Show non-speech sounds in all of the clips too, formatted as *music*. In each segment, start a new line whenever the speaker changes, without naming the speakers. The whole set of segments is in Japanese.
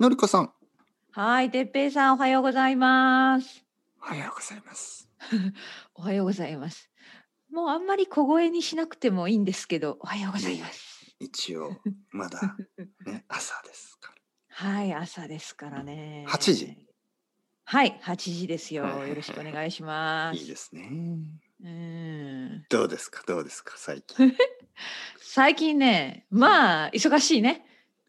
のりこさん。
はい、てっぺいさん、おはようございます。
おはようございます。
おはようございます。もうあんまり小声にしなくてもいいんですけど、おはようございます。
一応、ま
*laughs*
だ、ね、朝ですか
はい、朝ですからね。
8時。
はい、八時ですよ。
はいはいはい
よろしくお願いし
ら。
ます。
いいですね。
うん。
どうですか、どうですか、最近。
最近ね、まあ忙しいね。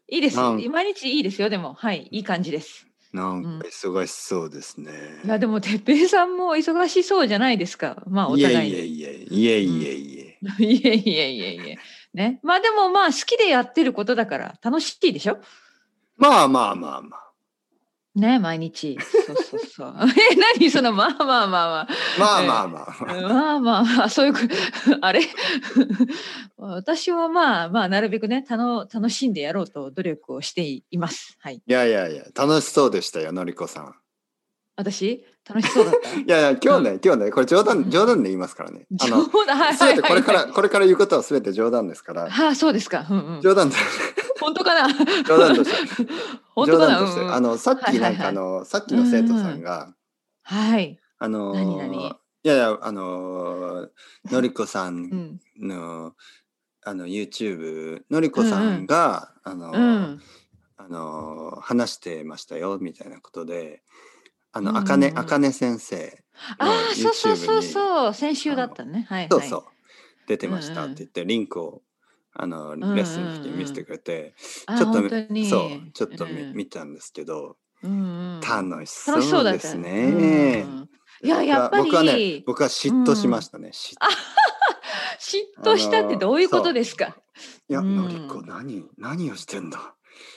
いいです
な
よ。
ん
毎日いいですよ。でも、はい、いい感じです。
なんか忙しそうですね。
いや、でも、てっぺいさんも忙しそうじゃないですか。まあ、お
い
互
え
いに。
いえいえ、いえいえいえ。
*laughs* いえいえいえいえ。ね。まあでもまあ好きでやってることだから楽しいでしょ
まあまあまあまあ。
ね毎日。そうそう
*laughs*
そう。え、何そのまあまあまあ
まあまあまあ
ま
ま
あ。
あ。
まあまあまあ、そういうこ *laughs* あれ私はまあまあ、なるべくね、たの楽しんでやろうと努力をしています。はい。
いやいやいや、楽しそうでしたよ、のりこさん。
私、楽しそうだった。
いやいや、今日ね、今日ね、これ冗
うん
談、冗談で言いますからね。 *laughs* あの、
冗談、はい
す
はい
べ
は
て
い。
これ
*laughs*
から、これから言うことはすべて冗談ですから。
はあ、そうですか。うんうん。
冗談で、
本当かな
冗談として。
本当
冗
かな
談として、
うんうん
あのさっきなんかあ
はいはい
の、さっきの生徒さんが、
はい。
あのー
何々
いやいやあのーのりこさ
うんん。
の、あの YouTube のりこさんが、あの
う
ー
ん。
あのー話してましたよみたいなことで、あ
うん
の
うん
あかねあかね先生の
ああ、そうそうそう
YouTube に
そう、先週だったね。はい、はい。
そうそう出てまし
うん
た
う
っ
ん
て言ってリンクをあのレ
んうん
ッスンの時に見せてくれて、
あー。
ちょっと
本当に
そうちょっと見,、
うん
見たんですけど
うんうん
楽し
楽しそ
そうう
だっ
で
た
すね。
うんい
僕
や
は
やっぱり
僕はね僕は嫉妬しましたね、嫉妬
嫉妬したってどういうことですか。
いや、
うん
のりこ何何をしてんだ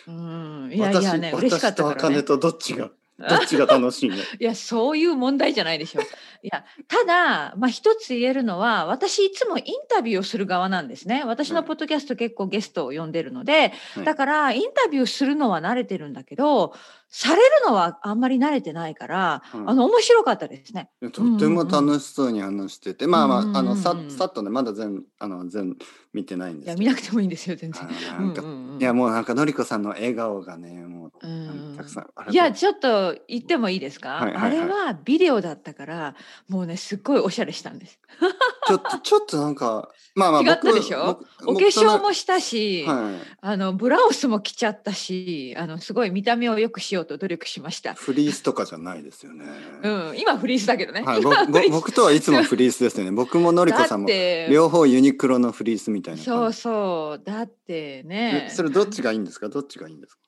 うん、いやいやね、
私
嬉しかっ
私と
たから、
茜
ね。
とどっち
*laughs*
がどっちが楽しいの
いや、そういう問題じゃないでしょう。いや、ただ、まあ、一つ言えるのは、私いつもインタビューをする側なんですね。私の
うん
ポッドキャスト結構ゲストを呼んでるので、
はい
だから、インタビューするのは慣れてるんだけど、されるのはあんまり慣れてないから、
うん
あの、面白かったですね。
とても楽しそうに話してて、まあまああのさ
うんうんうん
さっとねまだ全あの全見てないん
い
で
や
す
見
けど
なくてもいいんですよ全然。
あのなんか、
うんうんうん
いやもうなんかのりこさんの笑顔がねもう
う
あ
ん
のたくさんあれ
いやちょっと言ってもいいですか、
はいはいはい
あれはビデオだったからもうねすっごいおしゃれしたんです
ちょっとちょっとなんかまあまあ
違った
僕
でしょ
僕
お化
僕とな
粧もしたし、
はい
あのブラウスも着ちゃったしあのすごい見た目を良くしようと努力しました、
フリースとかじゃないですよね、
うん、今フリースだけどね、
はい、僕
今フリ
僕
ース
僕とはい
*laughs*
つもフリースですよね。僕ものりこさん
だっ
も
て
両方ユニクロのフリースみたいな
そ
感
う
じ。
そうだってね
えそれどっちがいいんですか。どっちがいいんですか。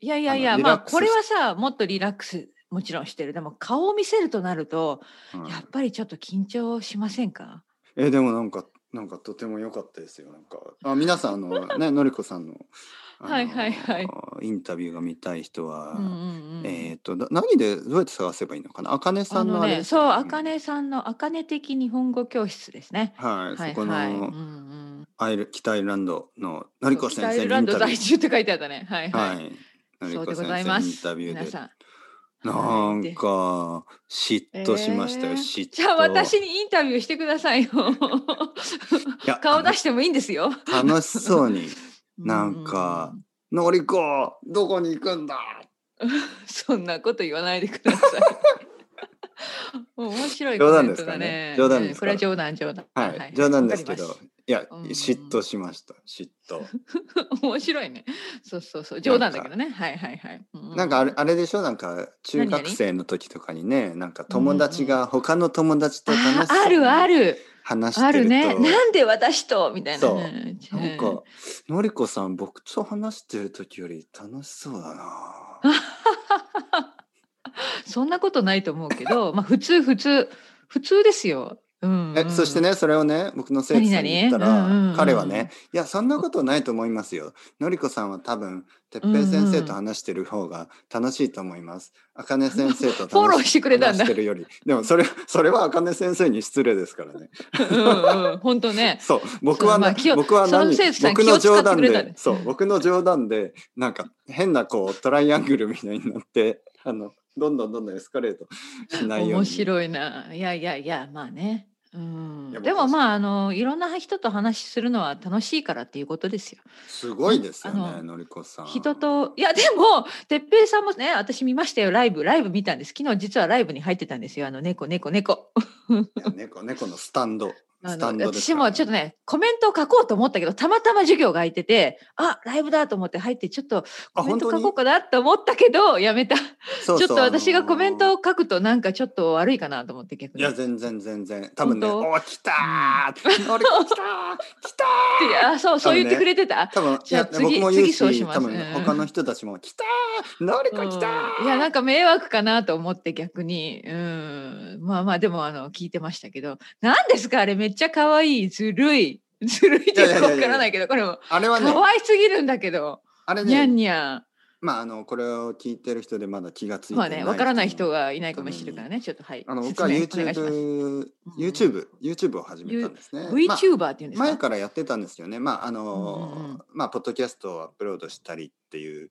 いやいやい
あ
や
のリ
ま
ラ
あ
ックス
これはさもっとリラックスもちろんしてるでも顔を見せるとなると
うん
やっぱりちょっと緊張しませんか
えでもなんかなんかとても良かったですよ。なんかあ皆さんあの
*laughs*
ねのりこさんのあの
はいはいはい
インタビューが見たい人は、
うんうんうん
えっ、とな何でどうやって探せばいいのかな。あかねさ
あ
んの
の
あれ
ね、
です
そう、
よ
あか。ねさんのあかね的日本語教室ですね。
うんはい、
はい
そこ
はい。うんう
の
ん。
アイル北アイルランドののりこ先
北アイ
生に
ルラ
イ
ン
ンタビュー。
ド在住って書いてあったね。はい
は。
はい
の
そ
り
う
こ
でご
先
ざい
生
ま
にイン
す。
タビュー
皆
で
さん。
なん
はい
か嫉妬しましたよ、
えー
嫉妬
じゃあ私にインタビューしてくださ
*laughs*
いよ。
いや
顔出
し
してもいいんですよ。
楽しそうになんか
うんう
「
ん
のりこどこに行くんだ!
うん。そんなこと言わないでください。
*laughs*
面白い
冗
コ
談
メン
です
ト
か
だ
ね
ね。
冗談です
こ
か
れ
ら
は冗談冗談」。
はい冗談ですけ。
わ
ど
かり
いや
うん
嫉妬しました嫉
*laughs*
妬
ます面白いね。そうそうそう。冗談だけどね。はいはいはい。うう
なんかあれあれでしょなんか中学生の時とかにねなんか友達が他の友達と
あ
楽し
ーあ
そうに
るある
話して
あるね
ると
なんで私とみたいな
そう
ね
なんかのりこさん僕と話してる時より楽しそうだな
そんなことないと思うけ
*laughs*
どまあ普通普通普通ですよ、うんうん
えそしてねそれをね僕の生徒さんに言ったら、
何々うんうんうん
彼はね「いやそんなことないと思いますよのりこさんは多分哲平先生と話してる方が楽しいと思います」あかね先生と楽し
フォローしてくれたんだ
話してるよりでもそれそれはあかね先生に失礼ですからね
うんうん本当ね
そう僕は
そうま
な、
あ気を
僕は
その
何
生徒さん
僕の冗談
気を使ってくれた
で
ね
そう僕の冗談でなんか変なこうトライアングルみたいになって *laughs* あのどんどんどんどんエスカレートしないように
面白いないやいやいやまあね、うん
やっぱ
でもまああのいろんな人と話するのは楽しいからっていうことですよ。
すごいですよ
あ
ね、
の
のりこさん。
人といやでも哲平さんもね私見ましたよライブライブ見たんです昨日実はライブに入ってたんですよあの猫猫猫。
いや猫、猫のスタンド。
あ
ス
の
タンドですか
私
らね
もちょっとねコメントを書こうと思ったけどたまたま授業が空いててあライブだと思って入ってちょっと
あ
コメント
本当
書
に
こうかなと思ったけどやめた
そうそう
ちょっと私がコメント
あの
を書くとなんかちょっと悪いかなと思って逆
ーい
に。
や、全然全然。多分ね、
本当
お、来たーのりこ来たー来たー
いやそうそう言ってくれてた、
多分、い
じゃあ
や、僕
次
も言う
次そう
し、
します
多分
うん
他の人たちも、来たーのりこ来た
う
ー
んいやなんか迷惑かなと思って逆にうんまあまあでもあの聞いてましたけど何ですかあれめっちゃ可愛いずるい *laughs* ずるいっ
い
て
や
いう
い
か
やいやい
分
や
からないけどこれも
あれはね、
可愛すぎるんだけど、
あれ
にゃ
ね
ん、にゃん
まあ、あの、これを聞いてる人でまだ気がついて
ま
ない。
あね分からない人
が。
がいないかもしれないからねちょっとはい
あの、僕は
説明お願いします
YouTube、
うん
YouTube、YouTube を始めたんですね。まあ
VTuber っていうんですか、
前からやってたんですよね。まああの
うんうんうん
まあポッドキャストをアップロードしたりっていう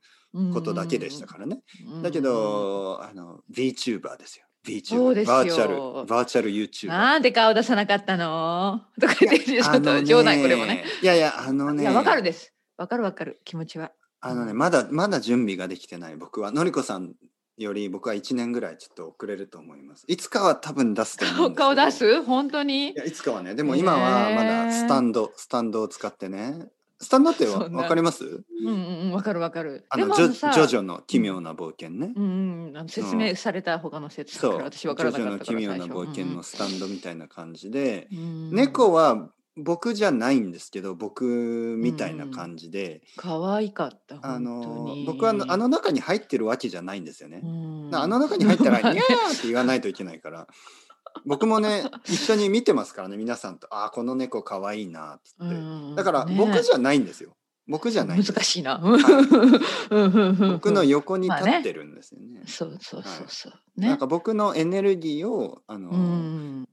ことだけでしたからね。
ら
だけど、あの VTuber ですよ。
そう
VTuber
ですよ
バーチャルバーチャル YouTuber。
なんで顔出さなかったの *laughs* とか言ってちょ
あ
っ
の
と
ね
冗談これもね。
いやいやあのね。
いや分かるです分かる分かる気持ちは
あのねまだまだ準備ができてない僕はのりこさんより僕は1年ぐらいちょっと遅れると思います。いつかは多分出すと思うんですけど
*laughs* 顔出す本当に
いやいつかはね。でも今はまだスタンド、スタンドを使ってね。スタンドって
そ
わ
んな
わかります？
うんうんうんわかるわかる。
あ
で
の
も
ジ
あ
ョ
の
ジ
さ、
ョジョの奇妙な冒険ね。
うんうんあの説明された他の説だ
そ
か
う、
ら私
ジョ
わからな
ジョ
かっ
の
たか
奇
ら
妙な冒険のスタンドみたいな感じで、
最初うんうん
猫は僕じゃないんですけど、僕みたいな感じで、
可愛かった
あ
本当
の
に
僕はあのあの中に入ってるわけじゃないんですよね。
うん
あの中に入った
*laughs*
ら「
まあ
ニャ
ね
ー!」って言わないといけないから。僕もね一緒に見てますからね皆さんと「あーこの猫かわいいな」っつ
う
っ
ん
て、
うんうん
だから
ね
僕じゃないんですよ、僕じゃないんです
難しいな。
い
うんうんうんうん
僕の横に
まあ
立
ね
ってるんですよね,、
そうそうそうそう
なん
ね。
か僕のエネルギーをあの、
うん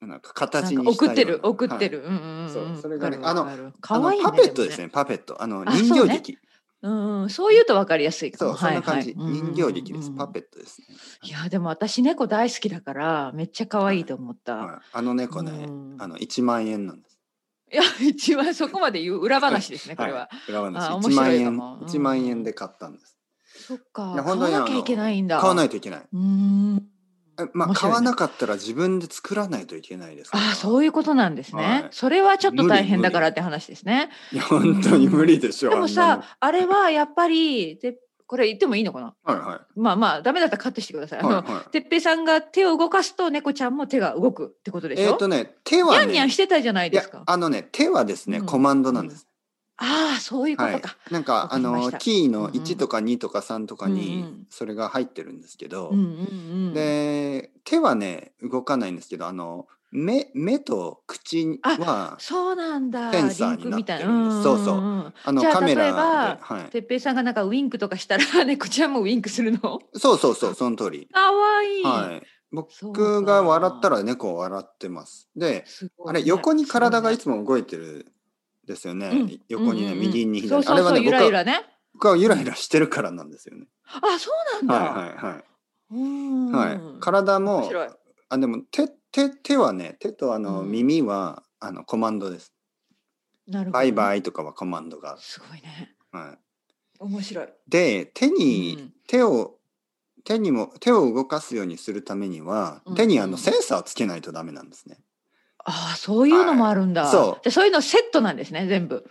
なんか
な
形
ん
に
か
した
送
ような
ってる送って
はい
る。うんうんん
そうそれがね
わかるわかる
あ
可
の
愛いね
パペットです
も
ねパペットあの
あ
人
そ
形
うね
劇
うんうんそういうとわかりやすいか
そう,、
も。はい
そんな感じ、
はいうんうんうんうん
人形劇ですパペットですね
いやでも私猫大好きだからめっちゃ可愛いと思った。
はいあの猫ね、
うん
あの1万円なんです
い、や一番そこまで言う裏話ですねこれは。
*laughs* はい、裏話
あ
1
面白
万
いか
円
もうん
1万円で買ったんです
そっか
いや
買
本当
わ
に
なきゃいけないんだ。。
買わないいといけないう
ーん。
えまあ
面白
買
いね
わなかったら自分で作らないといけないですから
あそういうことなんですね。
はい
それはちょっと大
無
変
理無理
だからって話ですね。
いや本当に無理でしょ
でも
あん
さあれはやっぱりでこれ言ってもいいのかな。
なのは
まあまあダメだったらカットしてください。
い
あ
はい
の、
はいはい
てっぺいさんが手を動かすと猫ちゃんも手が動くってことでし
えっ、
ょ。
とね手
ニ
は
ャ
ね
ンニャンしてたじゃない
い
で
や
すか。あ
あのね手はですね、
うん
コマンドなんです
あーそういうこ
は
と
い
か。、
なん
わ
か
か
あ
りまし
の
た
キー
うんう
の
ん
1とか2とか3とか
うんう
に
ん
それが入ってるんですけど、
うんうんうん。
で手はね動かないんですけどあの目目と口は
そうなんだ。
センサーに
リンクみた
な
い
ってるんですそうそうん
んん
あの
じゃあ
カメラ
例
で、
えば
は
てっぺいさんがなんかウィンクとかしたら猫ちゃんもウィンクするの。か
い、そうそうそうその通り、
わいい。
はい、
そうか
僕が笑ったら猫は笑ってますです
ごいね
あれ横に体がい
す
つも動いてるですよね、
うん
横にね、
うんうんうん
右に
ご
左
いねそう
に
そうそう
あれはね
ゆ
僕
らゆ
は
らね。
僕はゆらゆらしてるからなんですよね
あそうなんだ。
はいはいは
うーん
い、はい、体
面
も
白い。
あでも手手手はね手とあの
うん
耳は、あのコマンドです。
なるほど。
バイバ
イ。
イとかはコマンドが。
すごいね。
は
面白い。
い、で手に、
うん
手を手にも手を動かすようにするためには、
うん
手にあのセンサーをつけないとダメなんですね。
ああそういうのもあるんだ。
はいそう
でそういうのセットなんですね全部。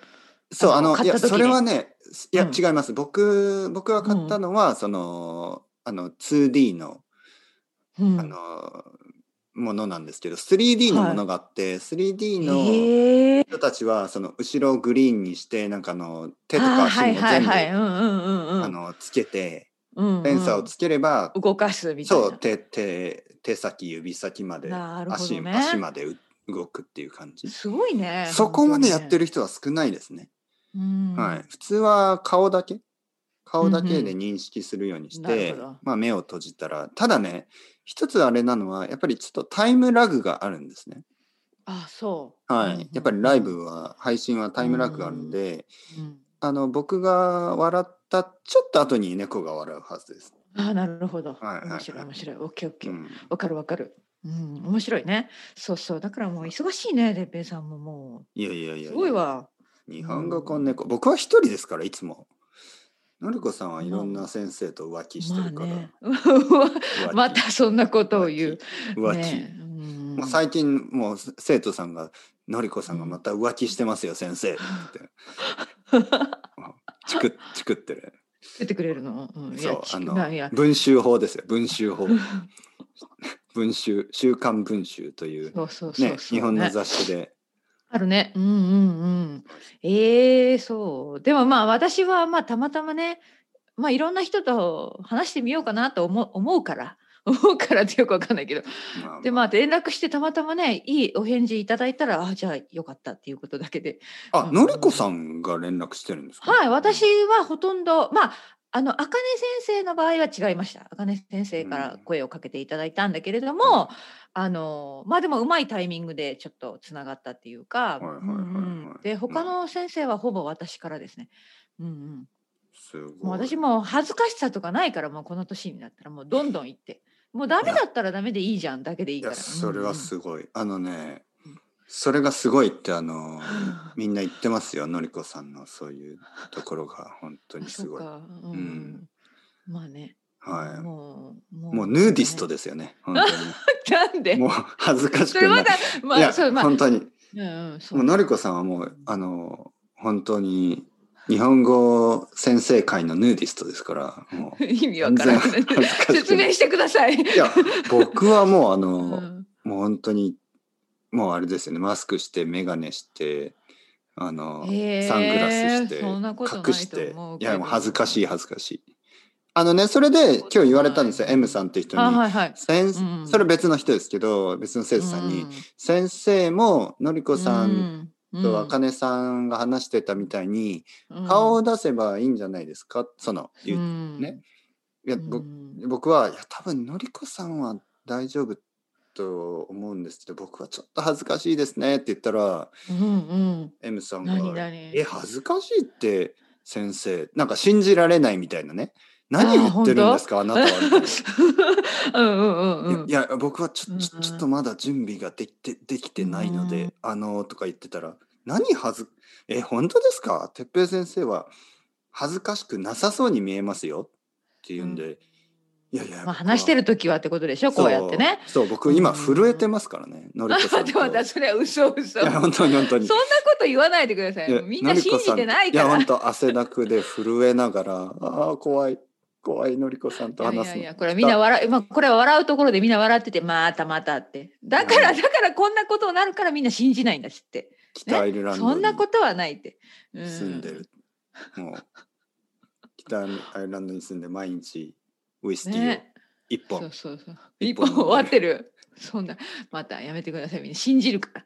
そうあ
あの
のい
買っ
や
た時ね
それはねいや、
うん
違います僕僕が買ったのは、そのあの 2D の
うん、
あの、ものなんですけど 3D のものがあって、3D の。
ええ
人たちはその後ろをグリーンにしてなんかあの手と
あ
か
あ
足
はい
も
はい
全部
はいうんうんうんうん
あのつけて
うんうん
センサーをつければ、
動かすみたいな。
そう手手手先指先まで、
なるほ
足
どね。
足までう動くっていう感じ
すごいね。
そこまでやって
る。
る人は少ないですね、
うん
はい、普通は顔だけ顔だけ
うんう
で
ん
認識するようにし
なる
て、
ほど
まあ、目を閉じたらただね一つあれなのはやっぱりちょっとタイムラグがあるんですね
あ、そう。
はい、
うんうん
やっぱりライブは配信はタイムラグがあるんで、
うん
あの僕が笑ったちょっと後に猫が笑うはずです。
あ、なるほど。
はいはいはい
面白い面白い。オッケーオッケ
う
ー。
ん、
わかるわかる。うん、面白いね。そうそう。だからもう忙しいね、でっぺいさんもも。
いやいやいうや
すごいわ。
日本語こんねこ僕は一人ですからいつものりこさんはいろんな先生と浮気して
まあ
るから、
ね。
浮気
*laughs* またそんなことを言う。
浮気、
ねえうん
もう最近もう生徒さんが「のりこさんがまた浮気してますよ先生」っ
*laughs*
て言ってもうチクッチクってる
出てくれるの。うん、い
そ
や
う、
ち
あ
まあいや
の文集法ですよ文集
*laughs*
法文集「週刊文集」という
そうそうそうそう、
ね日本の雑誌で
あるね。うんうんうん。ええそう。でもまあ私はまあたまたまね、まあいろんな人と話してみようかなと思う思うから、 *laughs* 思うからってよくわかんないけど。
まあ
でまあ連絡してたまたまね、いいお返事いただいたら、あじゃあよかったっていうことだけで。
あのりこさんが連絡してるんですか
はい、私はほとんど、まあ、あの、茜先生の場合は違いました。茜先生から声をかけていただいたんだけれども、あの、まあでもうまいタイミングでちょっとつながったっていうか、
いはいはいはい
うんうんで、他の先生はほぼ私からですね。うんうん、
す
もう
ごい
私もう恥ずかしさとかないからもうこの年になったらもうどんどん行ってもうダメだったらダメでいいじゃんだけでいい
い
か
や
ら
それ
うんう
は
ん
すごいあのね
うん
それがすごいってあ
*laughs*
のみんな言ってますよのりこさんのそういうところが本当に
あそ
す
う
ごいは
か、うんうんまあね、
い
もうも
もうヌーディストですよね本当
*laughs* なんで
にもう恥ずかし
そ
く
れ
な
ま
い
だ、ま
い
あ、
や
そう、まあ、
本当に
うんうん、そう
もうのりこさんはもうあの本当に日本語先生会のヌーディストですからもう
*laughs* 意味わからん
全然恥ずかしくない
説明してください。
いや僕はもうあ
う
の、
ん
もう本当にもうあれですよねマスクして眼鏡してあの、
へー
サングラスして
そんなことない
隠して
と思う
い
けど
やもう恥ずかしい恥ずかしいあのねそれで今日言われたんですよ
はい
M さんって人
あ、
に、
はいはい。
先
うんうん
それ別の人ですけど別の生徒さんに、先生ものりこさん
うん
とあかねさんが話してたみたいに、
うん
顔を出せばいいんじゃないですかその、
う
い
ん
ねや僕
うん
僕はいや多分のりこさんは大丈夫と思うんですけど僕はちょっと恥ずかしいですねって言ったら
うんうん。
M さんが「
何何
え恥ずかしいって先生なんか信じられない」みたいなね「何言ってるんですかあなたは」みたいな
*laughs* うんうんうんうん
いやいや僕はちょち
うんう
ょ
ん
ちょっとまだ準備ができてできてないので、
うん
あのーとか言ってたら「何恥ずえ本当ですか哲平先生は恥ずかしくなさそうに見えますよ」って言うんで「いやいや、
まあ、話して
る
る時はってことでしょこうやってね。
そうそう僕今震えてますから
*laughs*
ね、のりこさ
あ
んと
でもだそれは嘘嘘
いや本当に本当
そん
に
なこと言わないでください。
いや
みんな信じてないか
の
ら。
りこさんいや本当汗だくで震えながらああ怖い怖いのりこさんと
いやい
話す
や
の
いやこれはみんな笑い、まあ、これは笑うところでみんな笑っててまたまたってだから、
うん
だからこんなことになるからみんな信じないんだっつって
北アイルラン
そ
ド
ん
に
なことはないって、う
住んでる、もう北アイルランドに住んで毎日ウイスキーを
ね
一
そ
本、
うそうそう一
一
本
本
終わってるそんなまたやめてくださいみんな信じるから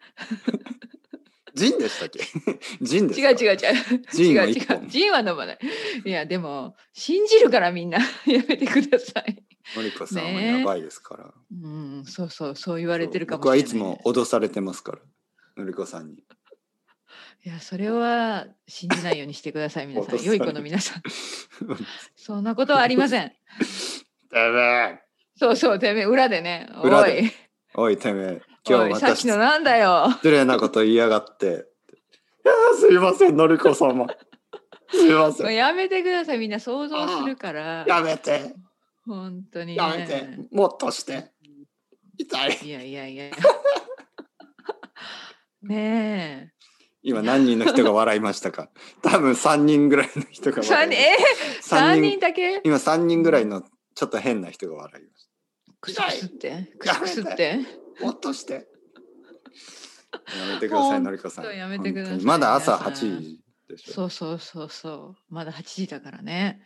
ジンでしたっけ *laughs* ジンですか
違う違う違う
ジンは
違う違
一
う
本
ジンは飲まないいやでも信じるからみんなやめてください
のりこさんは
ね
やばいですから、
うんそうそうそう言われてるかもし
僕は
れない
いつも脅されてますからのりこさんに
いやそれは信じないようにしてください皆さん
脅さ
良
れ
い
る
子の
*laughs*
皆さんそんなことはありません
てめえ
そうそう、てめえ、裏でね。
裏
おい
で、おいてめえ今
お
日
い
ま
さ
た
っきの
失
なんだよ。
礼なこと言いやがっていやーすいませんのりこ様すいません
やめてください、みんな想像するから。
やめて
本当に、ね。
やめてもっとして痛い
いやいやいや。
*laughs*
ね
今何人の人が笑いましたか *laughs* 多分3人ぐらいの人
え。
が笑い
三人、
ま
え
した
三
三
人だけ。
今3人ぐらいのちょっと変な人が笑いまし
くすくすって。くすくすって。
たもっとしてやめてください
本当
のりこさん
やめてください
本当にまだ朝
皆さん
8時でしょ
そうそうそうそう。まだ八時だからね。